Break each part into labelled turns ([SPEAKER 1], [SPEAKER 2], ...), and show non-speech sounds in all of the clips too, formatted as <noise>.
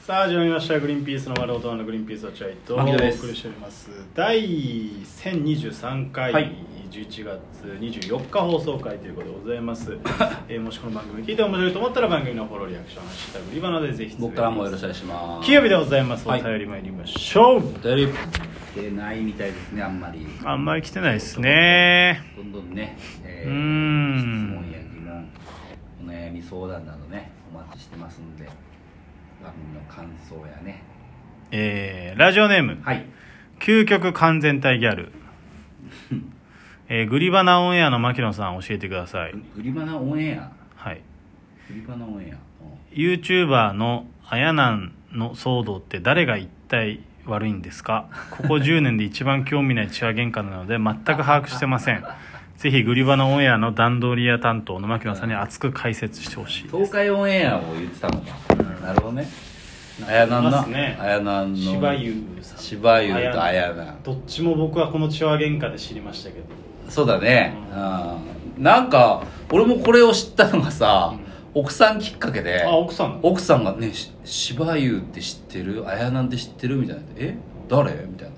[SPEAKER 1] さあ始まりました「グリーンピースの丸大人のグリーンピース落合」とお
[SPEAKER 2] 牧
[SPEAKER 1] 送
[SPEAKER 2] 野です
[SPEAKER 1] りしております第1023回、
[SPEAKER 2] はい
[SPEAKER 1] 11月24日放送回ということでござい
[SPEAKER 2] <laughs>
[SPEAKER 1] ます、えーもしこの番組聞いて面白いと思ったら番組のフォローリアクション「ハッシュタググリバナ」でぜひ
[SPEAKER 2] 僕からもよろしくお願いします
[SPEAKER 1] 金曜日でございますお
[SPEAKER 2] はい
[SPEAKER 1] 便り参りましょう、
[SPEAKER 2] お便り来てないみたいですねあんまり
[SPEAKER 1] あんまり来てないですね
[SPEAKER 2] どんどんね、え
[SPEAKER 1] うー
[SPEAKER 2] 質
[SPEAKER 1] ん
[SPEAKER 2] 問や疑問お悩み相談などねお待ちしてますんで番組の感想やね
[SPEAKER 1] えーラジオネーム
[SPEAKER 2] はい
[SPEAKER 1] 究極完全体ギャ
[SPEAKER 2] <laughs>
[SPEAKER 1] ル、えーグリバナオンエアの牧野さん教えてください、
[SPEAKER 2] グリバナオンエア
[SPEAKER 1] はい
[SPEAKER 2] グリバナオンエア
[SPEAKER 1] YouTuber のあやなんの騒動って誰が一体悪いんですかここ10年で一番興味ない痴話喧嘩なので全く把握してませんぜひグリバナオンエアの段取り屋担当の牧野さんに熱く解説してほしい
[SPEAKER 2] 東海オンエアを言ってたのか、なるほどねあやなん
[SPEAKER 1] ま
[SPEAKER 2] な、
[SPEAKER 1] すね
[SPEAKER 2] あやなんの
[SPEAKER 1] 芝優さん
[SPEAKER 2] 芝優とあやなん
[SPEAKER 1] どっちも僕はこの痴話喧嘩で知りましたけど
[SPEAKER 2] そうだね、うん、なんか俺もこれを知ったのがさ、奥さんきっかけで
[SPEAKER 1] あ奥さん
[SPEAKER 2] 奥さんがね「芝優って知ってる綾なんて知ってる?」みたいな「え誰?」みたいな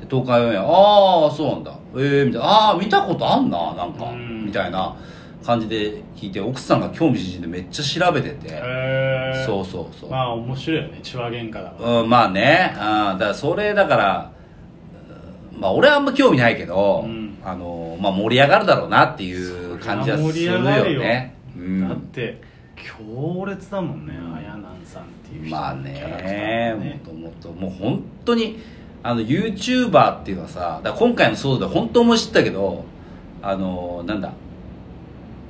[SPEAKER 2] で東海オンエア「ああそうなんだええー」みたいな「ああ見たことあんななんか」
[SPEAKER 1] うん
[SPEAKER 2] みたいな感じで聞いて奥さんが興味津々でめっちゃ調べてて、
[SPEAKER 1] へえ
[SPEAKER 2] そうそうそう、
[SPEAKER 1] まあ面白いよね痴話喧嘩だから
[SPEAKER 2] うん、まあね、あだからそれだから、うんまあ俺はあんま興味ないけど、
[SPEAKER 1] うん
[SPEAKER 2] あの、まあ盛り上がるだろうなっていう感じはするよ
[SPEAKER 1] そりゃ盛り上がるよ
[SPEAKER 2] ね。うん
[SPEAKER 1] だって強烈だもんねあやなんさんっていう人
[SPEAKER 2] まあ
[SPEAKER 1] のキャラクター
[SPEAKER 2] ね
[SPEAKER 1] が
[SPEAKER 2] もっともっともう本当にあの YouTuber っていうのはさだから今回の騒動で本当も知ったけどあのなんだ、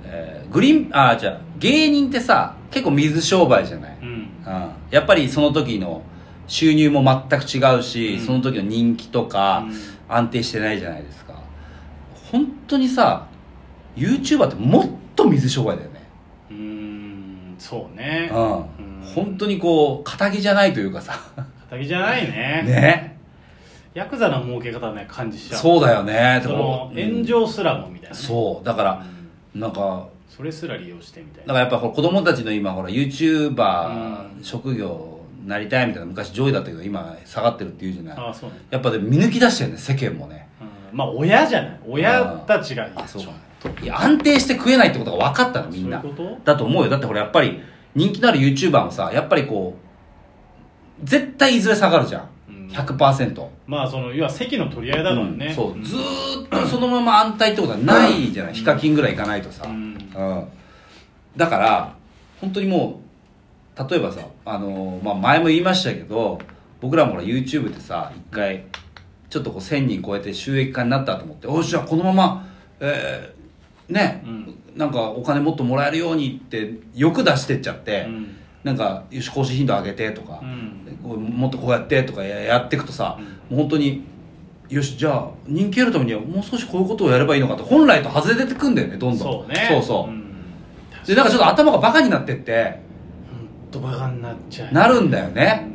[SPEAKER 2] えーグリーンあじゃあ芸人ってさ結構水商売じゃない、
[SPEAKER 1] うん
[SPEAKER 2] うんやっぱりその時の収入も全く違うし、
[SPEAKER 1] うん
[SPEAKER 2] その時の人気とか
[SPEAKER 1] うん
[SPEAKER 2] 安定してないじゃないですか本当にさ YouTuber ってもっと水商売だよね
[SPEAKER 1] うーんそうね
[SPEAKER 2] う
[SPEAKER 1] うん
[SPEAKER 2] ん本当にこう堅気じゃないというかさ
[SPEAKER 1] 敵じゃないね
[SPEAKER 2] ね
[SPEAKER 1] ヤクザの儲け方ね感じしちゃう
[SPEAKER 2] そうだよね
[SPEAKER 1] そ
[SPEAKER 2] だ
[SPEAKER 1] の
[SPEAKER 2] から
[SPEAKER 1] 炎上すらもみたいなね
[SPEAKER 2] そうだから
[SPEAKER 1] ん
[SPEAKER 2] なんか
[SPEAKER 1] それすら利用してみたいな
[SPEAKER 2] だからやっぱほら子供たちの今ほら YouTuber
[SPEAKER 1] うん
[SPEAKER 2] 職業なりたいみたいな昔上位だったけど今下がってるっていうじゃない
[SPEAKER 1] ああそうね
[SPEAKER 2] やっぱで見抜き出してるね世間もね
[SPEAKER 1] うんまあ親じゃない親たちが
[SPEAKER 2] あそう
[SPEAKER 1] ちょっ
[SPEAKER 2] いや安定して食えないってことが分かったのみんな
[SPEAKER 1] そういうこと
[SPEAKER 2] だと思うよだってほらやっぱり人気のある YouTuber もさやっぱりこう絶対いずれ下がるじゃん
[SPEAKER 1] うん
[SPEAKER 2] 100%、
[SPEAKER 1] まあその要は席の取り合いだからね
[SPEAKER 2] うんそう、
[SPEAKER 1] ん
[SPEAKER 2] ずーっとそのまま安泰ってことはないじゃない、ヒカキンぐらいいかないとさ、
[SPEAKER 1] うん
[SPEAKER 2] うんだから本当にもう例えばさ、あのーまあ、前も言いましたけど僕らもほら YouTube でさ一回ちょっとこう1000人超えて収益化になったと思って「おっしゃこのまま、えーね、
[SPEAKER 1] うん
[SPEAKER 2] なんかお金もっともらえるように」って欲出してっちゃって、
[SPEAKER 1] うん
[SPEAKER 2] なんか「よし更新頻度上げて」とか、
[SPEAKER 1] うん
[SPEAKER 2] こうもっとこうやってとかややっていくとさ、
[SPEAKER 1] う
[SPEAKER 2] もう本当によしじゃあ人気得るためにはもう少しこういうことをやればいいのかと本来と外れてくんだよねどんどん
[SPEAKER 1] そうね
[SPEAKER 2] そうそう、
[SPEAKER 1] ん
[SPEAKER 2] でなんかちょっと頭がバカになってって
[SPEAKER 1] ほんとバカになっちゃう
[SPEAKER 2] なるんだよね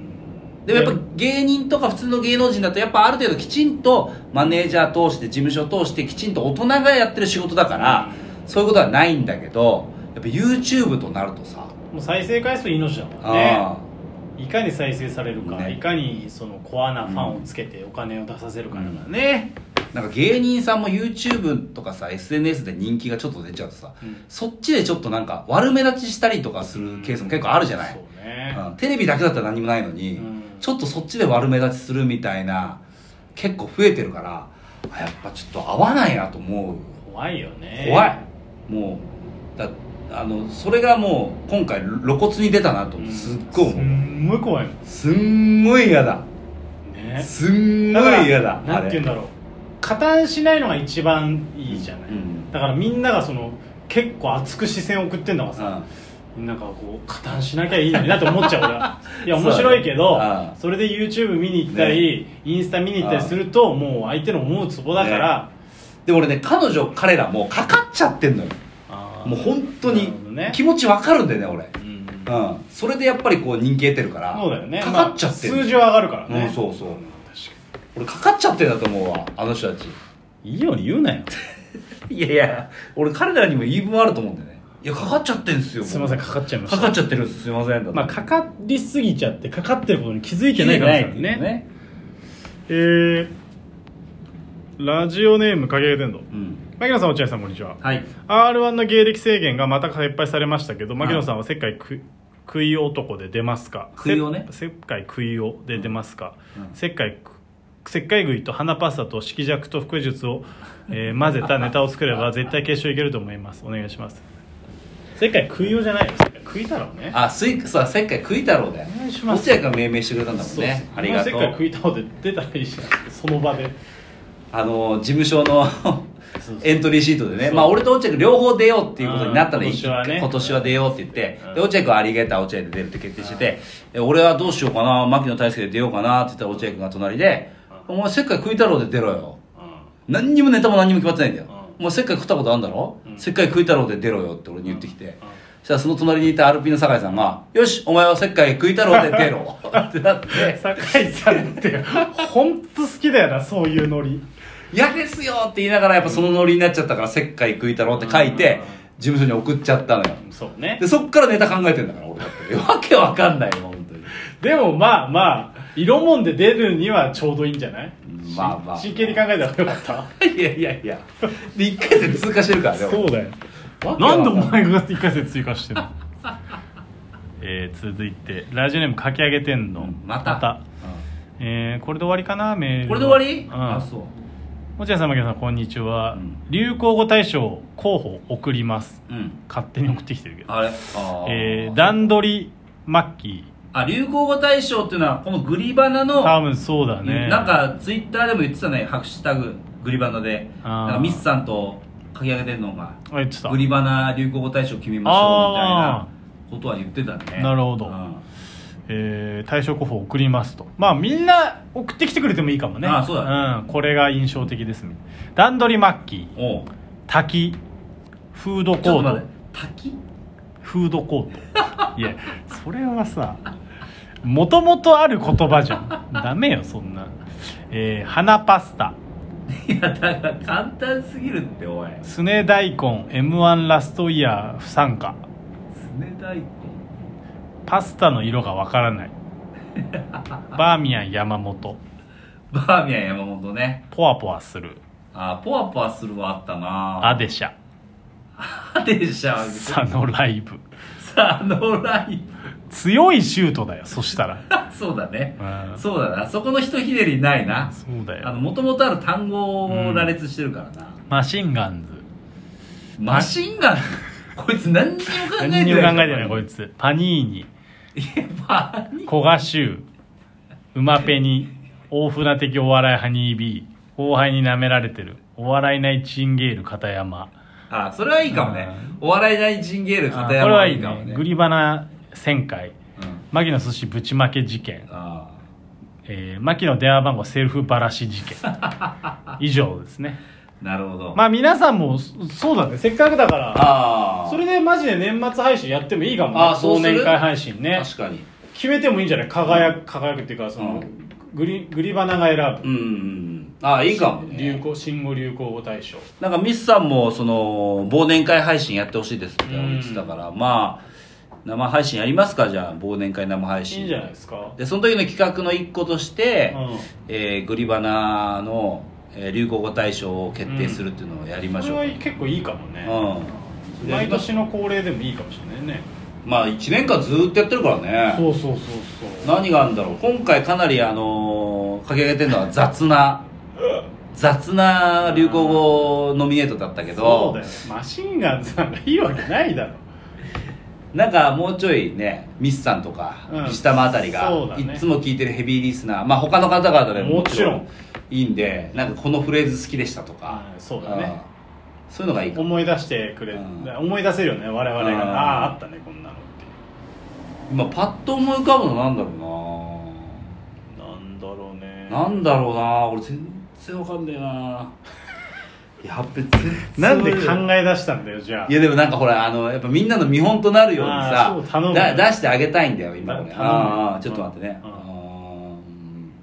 [SPEAKER 1] うん
[SPEAKER 2] でもやっぱ芸人とか普通の芸能人だとやっぱある程度きちんとマネージャー通して事務所通してきちんと大人がやってる仕事だからそういうことはないんだけどやっぱ YouTube となるとさ、
[SPEAKER 1] もう再生回数命だもんね
[SPEAKER 2] あ
[SPEAKER 1] いかに再生されるか、
[SPEAKER 2] ね
[SPEAKER 1] いかにそのコアなファンをつけてお金を出させるかだからね、
[SPEAKER 2] あなんか芸人さんも YouTube とかさ SNS で人気がちょっと出ちゃうとさ
[SPEAKER 1] うん
[SPEAKER 2] そっちでちょっとなんか悪目立ちしたりとかするケースも結構あるじゃない、
[SPEAKER 1] そうね、
[SPEAKER 2] うんテレビだけだったら何もないのに、
[SPEAKER 1] うん
[SPEAKER 2] ちょっとそっちで悪目立ちするみたいな結構増えてるからあやっぱちょっと合わないなと思
[SPEAKER 1] 怖いよ
[SPEAKER 2] う
[SPEAKER 1] ね
[SPEAKER 2] 怖い、もうだあのそれがもう今回露骨に出たなと
[SPEAKER 1] う
[SPEAKER 2] 思
[SPEAKER 1] ん
[SPEAKER 2] うすっごい
[SPEAKER 1] す
[SPEAKER 2] 思うん
[SPEAKER 1] ごい怖いもん
[SPEAKER 2] すんごい嫌だ
[SPEAKER 1] ね
[SPEAKER 2] すんご
[SPEAKER 1] だから
[SPEAKER 2] い嫌だ
[SPEAKER 1] なんて言うん
[SPEAKER 2] だ
[SPEAKER 1] だろう加担しないのが一番いいじゃない、
[SPEAKER 2] うん
[SPEAKER 1] だからみんながその結構熱く視線を送ってんだからさ、なんかこう加担しなきゃいいのになって思っちゃう俺
[SPEAKER 2] <laughs>
[SPEAKER 1] はいや面白いけど
[SPEAKER 2] そ
[SPEAKER 1] そ,、
[SPEAKER 2] うだねうん
[SPEAKER 1] れで YouTube 見に行ったり、インスタ見に行ったりすると、もう相手の思うツボだから、
[SPEAKER 2] でも俺ね彼女彼らもうかかっちゃってんのよ
[SPEAKER 1] あー
[SPEAKER 2] もう本当
[SPEAKER 1] なるほど
[SPEAKER 2] に
[SPEAKER 1] ね
[SPEAKER 2] 気持ちわかるんだよね俺
[SPEAKER 1] うん
[SPEAKER 2] うん、それでやっぱりこう人気得てるから
[SPEAKER 1] そうだよね
[SPEAKER 2] かかっちゃってる、
[SPEAKER 1] まあ数字は上がるからね、
[SPEAKER 2] うんそうそう
[SPEAKER 1] 確か
[SPEAKER 2] 俺かかっちゃってんだと思うわあの人たち
[SPEAKER 1] にいいように言うなよ
[SPEAKER 2] いやいや俺彼らにも言い分あると思うんだよねいやかかっちゃってんすよ
[SPEAKER 1] すいません
[SPEAKER 2] か
[SPEAKER 1] かかっちゃいました
[SPEAKER 2] かっちゃってるんですすいませんだ
[SPEAKER 1] まあかかりすぎちゃってかかってることに気づいてないからです
[SPEAKER 2] っ
[SPEAKER 1] よ
[SPEAKER 2] ていう
[SPEAKER 1] ねえー、ラジオネーム影げ天童
[SPEAKER 2] うん
[SPEAKER 1] 牧野さん落合さんこんにちは
[SPEAKER 2] はい
[SPEAKER 1] r 1の芸歴制限がまた撤廃されましたけど
[SPEAKER 2] はい
[SPEAKER 1] 牧野さんは「世界く食い男」で出ますか
[SPEAKER 2] 食い男ね
[SPEAKER 1] せ世界食い男」で出ますか、
[SPEAKER 2] うん
[SPEAKER 1] 世界く石灰食いと花パスタと色弱と腹術を、えー混ぜたネタを作れ
[SPEAKER 2] <laughs>
[SPEAKER 1] ば絶対決勝いけると思いますお願いします世界食い男じゃないよ世界食い太郎ね
[SPEAKER 2] あスイさせっかい食い太郎だよ
[SPEAKER 1] お願いします
[SPEAKER 2] 落合が命名してくれたんだもん
[SPEAKER 1] そう
[SPEAKER 2] ねあり
[SPEAKER 1] 今
[SPEAKER 2] が
[SPEAKER 1] 世
[SPEAKER 2] と
[SPEAKER 1] 界食
[SPEAKER 2] う
[SPEAKER 1] い太郎で出たらいいじゃんその場で
[SPEAKER 2] あの事務所の
[SPEAKER 1] そうそう
[SPEAKER 2] エントリーシートでね
[SPEAKER 1] そう
[SPEAKER 2] まあ俺と落合君両方出ようっていうことになったの
[SPEAKER 1] うん今年はね
[SPEAKER 2] 今年は出ようって言って
[SPEAKER 1] うん
[SPEAKER 2] で落合君はありがた落合で出るって決定しててえ俺はどうしようかな牧野大輔で出ようかなって言ったら落合君が隣で「お前せっかい食い太郎で出ろよ」何にもネタも何にも決まってないんだよ、
[SPEAKER 1] うん
[SPEAKER 2] もうせっかい食ったことあるんだろ、
[SPEAKER 1] うん
[SPEAKER 2] せっかい食い太郎で出ろよって俺に言ってきて、
[SPEAKER 1] うん
[SPEAKER 2] そしたらその隣にいたアルピーの酒井さんが「よしお前はせっかい食い太郎で
[SPEAKER 1] <laughs>
[SPEAKER 2] 出ろ」ってなって
[SPEAKER 1] 酒井さんって本当好きだよなそういうノリ
[SPEAKER 2] 「嫌ですよ」って言いながらやっぱそのノリになっちゃったから「せっかい食い太郎」って書いて事務所に送っちゃったのよ
[SPEAKER 1] そうね
[SPEAKER 2] でそっからネタ考えてんだから俺だ
[SPEAKER 1] <laughs>
[SPEAKER 2] ってわけわかんないよ本当に
[SPEAKER 1] でもまあまあ色もんで出るにはちょうどいいんじゃない
[SPEAKER 2] まあまあ
[SPEAKER 1] 真剣に考えたらよかった
[SPEAKER 2] いやいやいやで1回戦通過してるからね俺
[SPEAKER 1] そうだよ
[SPEAKER 2] わけわ
[SPEAKER 1] なん
[SPEAKER 2] か
[SPEAKER 1] で
[SPEAKER 2] ない
[SPEAKER 1] お前が一回戦追加してん
[SPEAKER 2] <laughs>
[SPEAKER 1] のえー、続いてラジオネームかき上げてんの
[SPEAKER 2] また
[SPEAKER 1] またえー、これで終わりかなメール
[SPEAKER 2] これで終
[SPEAKER 1] うん
[SPEAKER 2] わりあそう
[SPEAKER 1] 落合さん槙野さんこんにちは、
[SPEAKER 2] うん
[SPEAKER 1] 流行語大賞候補送ります
[SPEAKER 2] うん
[SPEAKER 1] 勝手に送ってきてるけど、
[SPEAKER 2] あれあー
[SPEAKER 1] えー、段取りマッキー
[SPEAKER 2] あ流行語大賞っていうのはこのグリバナの
[SPEAKER 1] 多分そうだね
[SPEAKER 2] なんかツイッターでも言ってたね「ハッシュタググリバナで」
[SPEAKER 1] あー
[SPEAKER 2] なんかミスさんと書き上げてるのが
[SPEAKER 1] あ言ってた
[SPEAKER 2] 「グリバナ流行語大賞決めましょう」みたいなことは言ってたね
[SPEAKER 1] なるほど
[SPEAKER 2] うん
[SPEAKER 1] えー、対象候補を送りますとまあみんな送ってきてくれてもいいかもね
[SPEAKER 2] あそうだ
[SPEAKER 1] うん、これが印象的ですね段取りマッキー
[SPEAKER 2] おう
[SPEAKER 1] 滝フードコ
[SPEAKER 2] ちょっと待
[SPEAKER 1] ー
[SPEAKER 2] っ
[SPEAKER 1] ト
[SPEAKER 2] て滝 <laughs>
[SPEAKER 1] フードコートいやそれはさもともとある言葉じゃんダメよそんな、えー、花パスタ
[SPEAKER 2] いやだから簡単すぎるっておい
[SPEAKER 1] すね大根 m 1ラストイヤー不参加
[SPEAKER 2] すね大根
[SPEAKER 1] パスタの色がわからないバーミヤン山本
[SPEAKER 2] バーミヤン山本ね
[SPEAKER 1] ポワポワする
[SPEAKER 2] あーポワポワするはあったな
[SPEAKER 1] アデシャ
[SPEAKER 2] あでしゃ
[SPEAKER 1] 佐野ライブ
[SPEAKER 2] さあのライ
[SPEAKER 1] 強いシュートだよそしたら
[SPEAKER 2] ブそうだね
[SPEAKER 1] うん
[SPEAKER 2] そうだなそこのひとひねりないな
[SPEAKER 1] そうだ
[SPEAKER 2] あの
[SPEAKER 1] よ
[SPEAKER 2] 元々ある単語を羅列してるからな、
[SPEAKER 1] マシンガンズ
[SPEAKER 2] マシンガ
[SPEAKER 1] <laughs>
[SPEAKER 2] ンこいつ何にも考えてな
[SPEAKER 1] 何
[SPEAKER 2] い
[SPEAKER 1] にも考えてないこ
[SPEAKER 2] い
[SPEAKER 1] いつパニ
[SPEAKER 2] ついやバ
[SPEAKER 1] ーニ
[SPEAKER 2] ニ
[SPEAKER 1] 古賀シウマペニ大船的お笑いハニービー後輩に舐められてるお笑いナイチンゲール片山
[SPEAKER 2] あそれはいいかもねお笑いナイチンゲール片
[SPEAKER 1] あこ
[SPEAKER 2] 山
[SPEAKER 1] れ
[SPEAKER 2] は
[SPEAKER 1] はいい
[SPEAKER 2] い
[SPEAKER 1] い
[SPEAKER 2] かもね
[SPEAKER 1] ねグリバナ1000回
[SPEAKER 2] うん
[SPEAKER 1] 牧野寿司ぶちまけ事件、
[SPEAKER 2] あ
[SPEAKER 1] えー、牧野電話番号セルフばらし事件以上ですね
[SPEAKER 2] ーなるほど、
[SPEAKER 1] まあ皆さんもそそうだねせっかくだから
[SPEAKER 2] ああ
[SPEAKER 1] それでマジで年末配信やってもいいかもね
[SPEAKER 2] あーそう
[SPEAKER 1] 忘
[SPEAKER 2] する
[SPEAKER 1] 年会配信ね
[SPEAKER 2] 確かに
[SPEAKER 1] 決めてもいいんじゃない輝く輝くっていうかその、
[SPEAKER 2] うん
[SPEAKER 1] グリグリバナが選
[SPEAKER 2] う
[SPEAKER 1] ぶ、
[SPEAKER 2] んうんうんああいいかもね
[SPEAKER 1] 流行新語・流行語大賞
[SPEAKER 2] なんかミスさんもその忘年会配信やってほしいですって言ってたから、まあ生配信やりますかじゃあ忘年会生配
[SPEAKER 1] い
[SPEAKER 2] 信
[SPEAKER 1] いんじゃないですか、
[SPEAKER 2] でその時の企画の一個として、
[SPEAKER 1] うん
[SPEAKER 2] えーグリバナの、えー流行語大賞を決定するっていうのをやりまし
[SPEAKER 1] そ
[SPEAKER 2] ょう、
[SPEAKER 1] れ
[SPEAKER 2] う
[SPEAKER 1] は
[SPEAKER 2] ん
[SPEAKER 1] 結構いいかもね、
[SPEAKER 2] うん
[SPEAKER 1] 毎年の恒例でもいいかもしれないね
[SPEAKER 2] まあ1年間ずーっとやってるからね
[SPEAKER 1] そうそうそうそう
[SPEAKER 2] 何があるんだろう今回かなりあのー、掲げてるのは雑な雑な流行語ノミネートだったけ
[SPEAKER 1] そう
[SPEAKER 2] ど
[SPEAKER 1] だよマシンガンズなんかいいわけないだろ
[SPEAKER 2] なんかもうちょいねミスさんとか
[SPEAKER 1] うん
[SPEAKER 2] 石玉あたりが、
[SPEAKER 1] そうだね
[SPEAKER 2] いつも聞いてるヘビーリスナーまあ他の方々でも
[SPEAKER 1] もちろん
[SPEAKER 2] いいんでなんかこのフレーズ好きでしたとか、
[SPEAKER 1] うんそうだね
[SPEAKER 2] んそういうのがいいかも
[SPEAKER 1] 思い出してくれる、
[SPEAKER 2] うん
[SPEAKER 1] 思い出せるよね我々が、
[SPEAKER 2] うん
[SPEAKER 1] あああったねこんなのっていう
[SPEAKER 2] 今パッと思い浮かぶのなんだろ
[SPEAKER 1] なんだろうね
[SPEAKER 2] うななんだろうな俺全然わかんね
[SPEAKER 1] <laughs>
[SPEAKER 2] えなやっべ全然
[SPEAKER 1] なんで考え出したんだよじゃあ
[SPEAKER 2] いやでもなんかほらあのやっぱみんなの見本となるように
[SPEAKER 1] あーそう
[SPEAKER 2] さ
[SPEAKER 1] 頼む
[SPEAKER 2] だ出してあげたいんだよ今
[SPEAKER 1] だ
[SPEAKER 2] これ
[SPEAKER 1] 頼む
[SPEAKER 2] あーあーちょっと待ってね
[SPEAKER 1] うん
[SPEAKER 2] うーん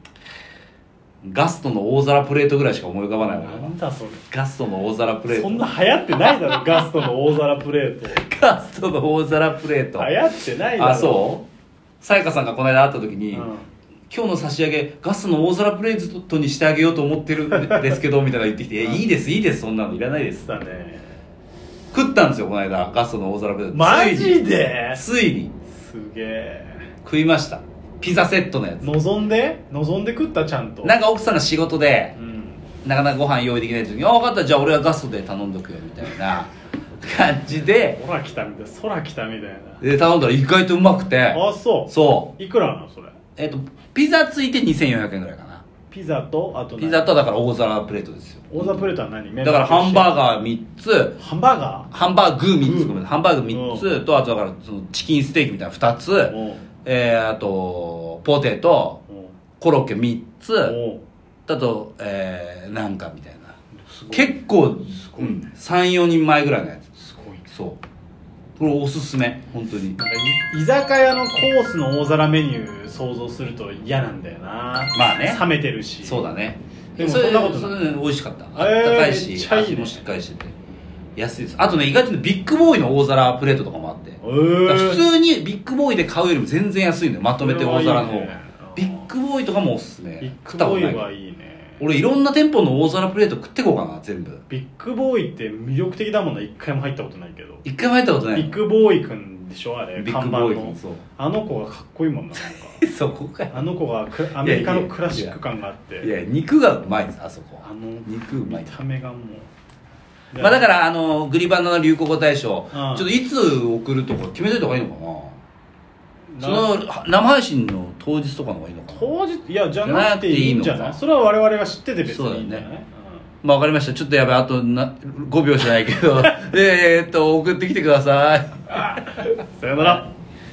[SPEAKER 2] ガストの大皿プレートぐらいしか思い浮かばないもん
[SPEAKER 1] なんだそ
[SPEAKER 2] ガストの大皿プレ
[SPEAKER 1] れ
[SPEAKER 2] ート
[SPEAKER 1] そんな流行ってない <laughs> だろガストの大皿プレート
[SPEAKER 2] ガストの大皿プレート
[SPEAKER 1] 流行ってないだろ
[SPEAKER 2] あそうさやかさんがこの間会った時に、
[SPEAKER 1] うん
[SPEAKER 2] 今日の差し上げガストの大皿プレートにしてあげようと思ってるん <laughs> ですけどみたいなの言ってきて「えいいですいいですそんなのいらないです
[SPEAKER 1] だね」
[SPEAKER 2] 食ったんですよこの間ガストの大皿プレート
[SPEAKER 1] マ
[SPEAKER 2] ついに
[SPEAKER 1] ジで
[SPEAKER 2] ついに
[SPEAKER 1] すげえ
[SPEAKER 2] 食いましたピザセットのやつ
[SPEAKER 1] 望んで望んで食ったちゃんと
[SPEAKER 2] なんか奥さんが仕事で
[SPEAKER 1] うん
[SPEAKER 2] なかなかご飯用意できない時に「あ分かったじゃあ俺はガストで頼んどくよ」みたい
[SPEAKER 1] <laughs>
[SPEAKER 2] な感じで
[SPEAKER 1] 空来たみたい空来たみたいな
[SPEAKER 2] で頼んだら意外とうまくて
[SPEAKER 1] あそう
[SPEAKER 2] そう
[SPEAKER 1] いくらなのそれ
[SPEAKER 2] えっ、とピザついて2400円ぐらいかな
[SPEAKER 1] ピザとあと何
[SPEAKER 2] ピザとだから大皿プレートですよ
[SPEAKER 1] 大皿プレートは何
[SPEAKER 2] だからハンバー
[SPEAKER 1] ガ
[SPEAKER 2] ガー3つ
[SPEAKER 1] ーハンバーガ
[SPEAKER 2] ハンバーグ3つ、ごめんなさいハンバーグ3
[SPEAKER 1] う
[SPEAKER 2] つとあとだからそのチキンステーキみたいな2
[SPEAKER 1] ー
[SPEAKER 2] つ
[SPEAKER 1] おう
[SPEAKER 2] えー、あとポテト
[SPEAKER 1] おう
[SPEAKER 2] コロッケ3つ
[SPEAKER 1] おう
[SPEAKER 2] だとえー、なんかみたいな
[SPEAKER 1] すごい
[SPEAKER 2] 結構、
[SPEAKER 1] ご
[SPEAKER 2] う
[SPEAKER 1] い
[SPEAKER 2] ん、34人前ぐらいのや
[SPEAKER 1] すごい
[SPEAKER 2] つそうこれおすすめ本当に
[SPEAKER 1] 居酒屋のコースの大皿メニュー想像すると嫌なんだよな
[SPEAKER 2] まあね
[SPEAKER 1] 冷めてるし
[SPEAKER 2] そうだね
[SPEAKER 1] でも
[SPEAKER 2] れ
[SPEAKER 1] そんなことない
[SPEAKER 2] それ美味しかったあった
[SPEAKER 1] えー
[SPEAKER 2] かいし、
[SPEAKER 1] めっちゃいいね
[SPEAKER 2] 味もしっかりしてて安いですあとね意外とねビッグボーイの大皿プレートとかもあって
[SPEAKER 1] え
[SPEAKER 2] だから
[SPEAKER 1] ー、
[SPEAKER 2] 普通にビッグボーイで買うよりも全然安いのよまとめて大皿の
[SPEAKER 1] それは
[SPEAKER 2] 方
[SPEAKER 1] いいね
[SPEAKER 2] ビッグボーイとかもおすすめ
[SPEAKER 1] ビッ
[SPEAKER 2] 食
[SPEAKER 1] グ
[SPEAKER 2] ったこ
[SPEAKER 1] ボ
[SPEAKER 2] と
[SPEAKER 1] ーイ
[SPEAKER 2] ないけど
[SPEAKER 1] はいいね
[SPEAKER 2] 俺いろんな店舗の大皿プレート食ってこうかな全部
[SPEAKER 1] ビッグボーイって魅力的だもんな一回も入ったことないけど
[SPEAKER 2] 一回も入ったことな
[SPEAKER 1] ビ
[SPEAKER 2] い
[SPEAKER 1] ッ
[SPEAKER 2] の
[SPEAKER 1] グボーイくんでしょあれ
[SPEAKER 2] ビ
[SPEAKER 1] 看
[SPEAKER 2] ッグ
[SPEAKER 1] 板
[SPEAKER 2] ボーイの
[SPEAKER 1] の
[SPEAKER 2] そう
[SPEAKER 1] あの子がかっこいいもん
[SPEAKER 2] <laughs>
[SPEAKER 1] ななんか
[SPEAKER 2] そこかよ
[SPEAKER 1] あの子がクアメリカのクラシック感があっ
[SPEAKER 2] い
[SPEAKER 1] て
[SPEAKER 2] や肉がうまいんですあそこ
[SPEAKER 1] あの
[SPEAKER 2] 肉うまい
[SPEAKER 1] 見た目がもう
[SPEAKER 2] まあだからあのグリバナの流行語大賞、ちょっといつ送るとか決めといた方がいいのかなその生配信の当日とかの方がいいのかな
[SPEAKER 1] 当日いやじゃなくていいんじゃ
[SPEAKER 2] じゃ
[SPEAKER 1] な
[SPEAKER 2] なくていいの
[SPEAKER 1] い
[SPEAKER 2] か
[SPEAKER 1] それは我々が知ってて別
[SPEAKER 2] そうだ
[SPEAKER 1] に
[SPEAKER 2] よ
[SPEAKER 1] いい
[SPEAKER 2] ね
[SPEAKER 1] んじゃない
[SPEAKER 2] まあわかりましたちょっとやばいあとな5秒しかないけどえーっと送ってきてください
[SPEAKER 1] うんさよなら